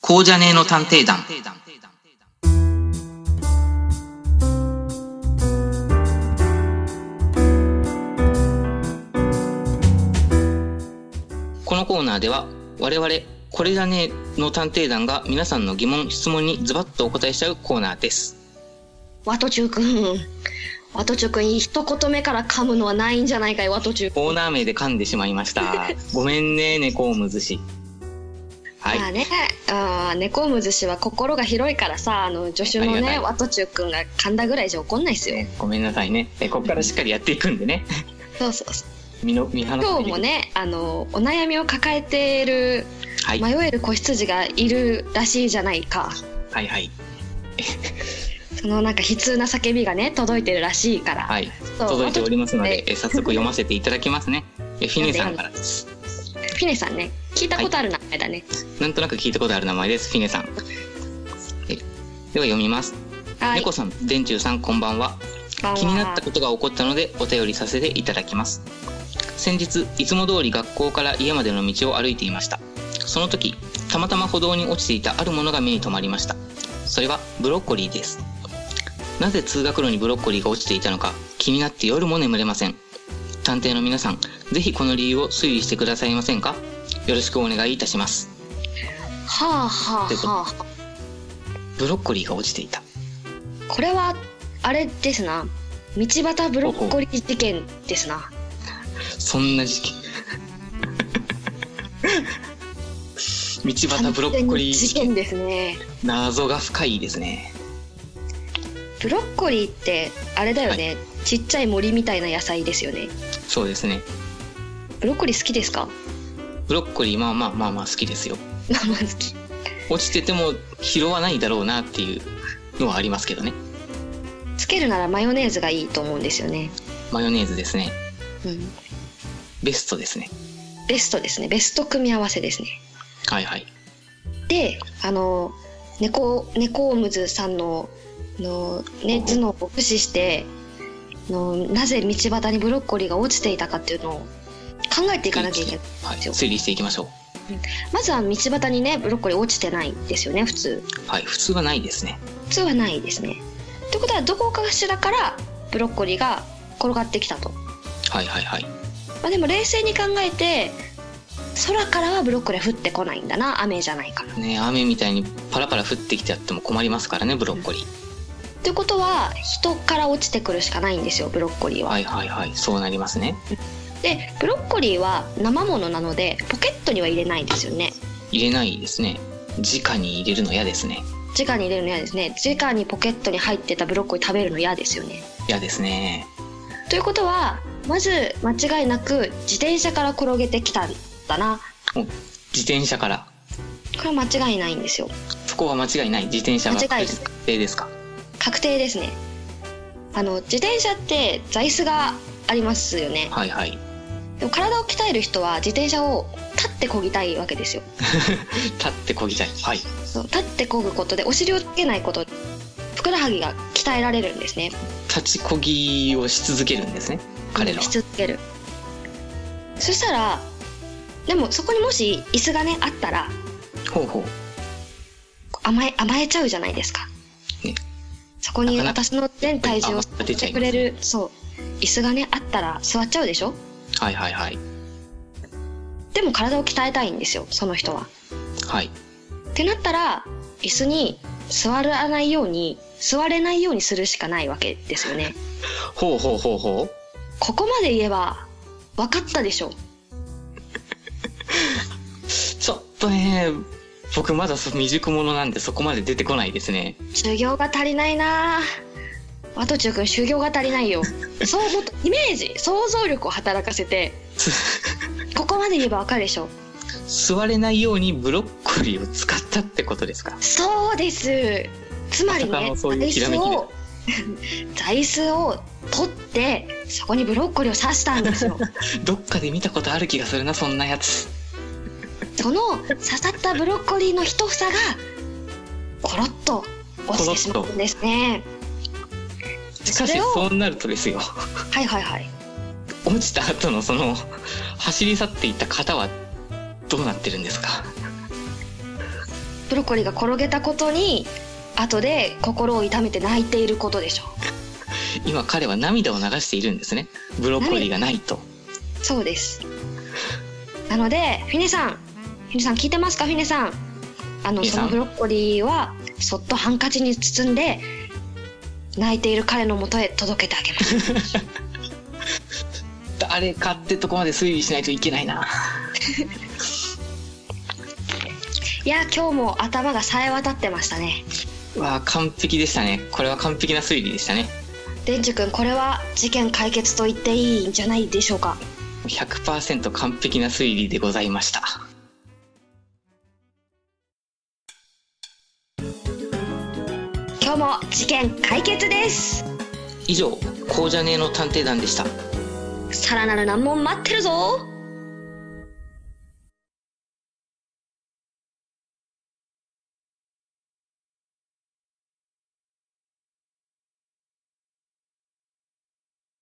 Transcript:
こうじゃねえの探偵団。このコーナーでは、我々、これじゃねえの探偵団が皆さんの疑問、質問にズバッとお答えしちゃうコーナーです。ワトチュウくん。ワトチュウくん、一言目から噛むのはないんじゃないかい、ワトチュウくん。コーナー名で噛んでしまいま した。ごめんね、猫をむずし。はいま。あね、あー猫むずしは心が広いからさ、あの、助手のありがたいね、ワトチュウくんが噛んだぐらいじゃ怒んないっすよ。ごめんなさいね。えここからしっかりやっていくんでね。そうそうそう。見の見放さな今い日でもね、あの、お悩みを抱えている、はい、はい迷える子羊がいるらしいじゃないか。はいそのなんか悲痛な叫びがね、届いてるらしいから。はい。そう届いており ますのはいで、え早速読ませていただきます ね。えフィネさんからです。フィネさんね、聞いたことある名前だね。なんとなく聞いたことある名前です。フィネさん。えでは読みます。はい、猫さん、電柱さん、こんばんは。こんばんは気になったことが起こったのでお便りさせていただきます先日いつも通り学校から家までの道を歩いていましたその時たまたま歩道に落ちていたあるものが目に留まりましたそれはブロッコリーですなぜ通学路にブロッコリーが落ちていたのか気になって夜も眠れません探偵の皆さんぜひこの理由を推理してくださいませんかよろしくお願いいたしますはあはあはあ。ブロッコリーが落ちていたこれはあれですな道端ブロッコリー事件ですなそんな時期道端ブロッコリ完全に事ー件ですね謎が深いですねブロッコリーってあれだよね、ちっちゃい森みたいな野菜ですよねそうですねブロッコリー好きですか ブロッコリーまあまあまあまあ好きですよまあまあ好き落ちてても拾わないだろうなっていうのはありますけどねつけるならマヨネーズがいいと思うんですよねマヨネーズですねうんベストですねベストですねベスト組み合わせですねはいはいであの猫猫オムズさんのの、ね、頭脳を駆使してのなぜ道端にブロッコリーが落ちていたかっていうのを考えていかなきゃいけないはい推理していきましょまずは道端にねブロッコリー落ちてないですよね普通うはい普通はないですね普通はないですねということはどこかしらからブロッコリーが転がってきたと、まはいはいはいあ、でも冷静に考えて空からはブロッコリーは降ってこないんだな雨じゃないかなね雨みたいにパラパラ降ってきてあっても困りますからねブロッコリーということは人から落ちてくるしかないんですよブロッコリーは、はいはいはいそうなりますねでブロッコリーは生ものなのでポケットには入れないんですよね入れないですね直に入れるの嫌ですね直に入れるの嫌ですね直にポケットに入ってたブロッコリー食べるの嫌ですよね嫌ですねということはまず間違いなく自転車から転げてきたんだな自転車からこれは間違いないんですよそこは間違いない自転車が間違いない確定ですか確定ですねあの自転車って座椅子がありますよねはいはいでも体を鍛える人は自転車を立って漕ぎたいわけですよ立ってこぎたいはいそう立って漕ぐことでお尻をつけないことでふくらはぎが鍛えられるんですね立ちこぎをし続けるんですね彼らはし続けるそしたらでもそこにもし椅子がねあったらほうほう甘え甘えちゃうじゃないですか、ねそこになかなか私の全体重を支えてくれるそう椅子がねあったら座っちゃうでしょはいはいはいでも体を鍛えたいんですよその人ははいってなったら椅子に座らないように座れないようにするしかないわけですよねほうほうほうほうここまで言えば分かったでしょちょっとね僕まだそ未熟者なんでそこまで出てこないですね修行が足りないなぁワトチュウ君修行が足りない よそうもっとイメージ想像力を働かせ てすここまで言えば分かるでしょ座れないようにブロッコリーを使ったってことですかそうです。つまりまさかね、の座そういう椅ひらめ子きでを 座椅子を取ってそこにブロッコリーを刺したんで すよ。どっかで見たことある気がするなそんなやつその刺さったブロッコリーの一房がコロッと落ちてしまうんですね。しかそしれをそうなるとですよはいはいはい。落ちた後のその 走り去っていった方はどうなってるんですかブロッコリーが転げたことに後で心を痛めて泣いていることでしょ今彼は涙を流しているんですねブロッコリーがないとうそうですなのでフィネさんフィネさん聞いてますかフィネさんあのフィネそさんのブロッコリーはそっとハンカチに包んで泣いている彼のもとへ届けてあげます 誰かってとこまで推理しないといけないないや今日も頭が冴え渡ってましたねうわあ完璧でしたねこれは完璧な推理でしたねデンジ君これは事件解決と言っていいんじゃないでしょうか100%完璧な推理でございました今日も事件解決です以上「こうじゃねえの探偵団」でしたさらなる難問待ってるぞ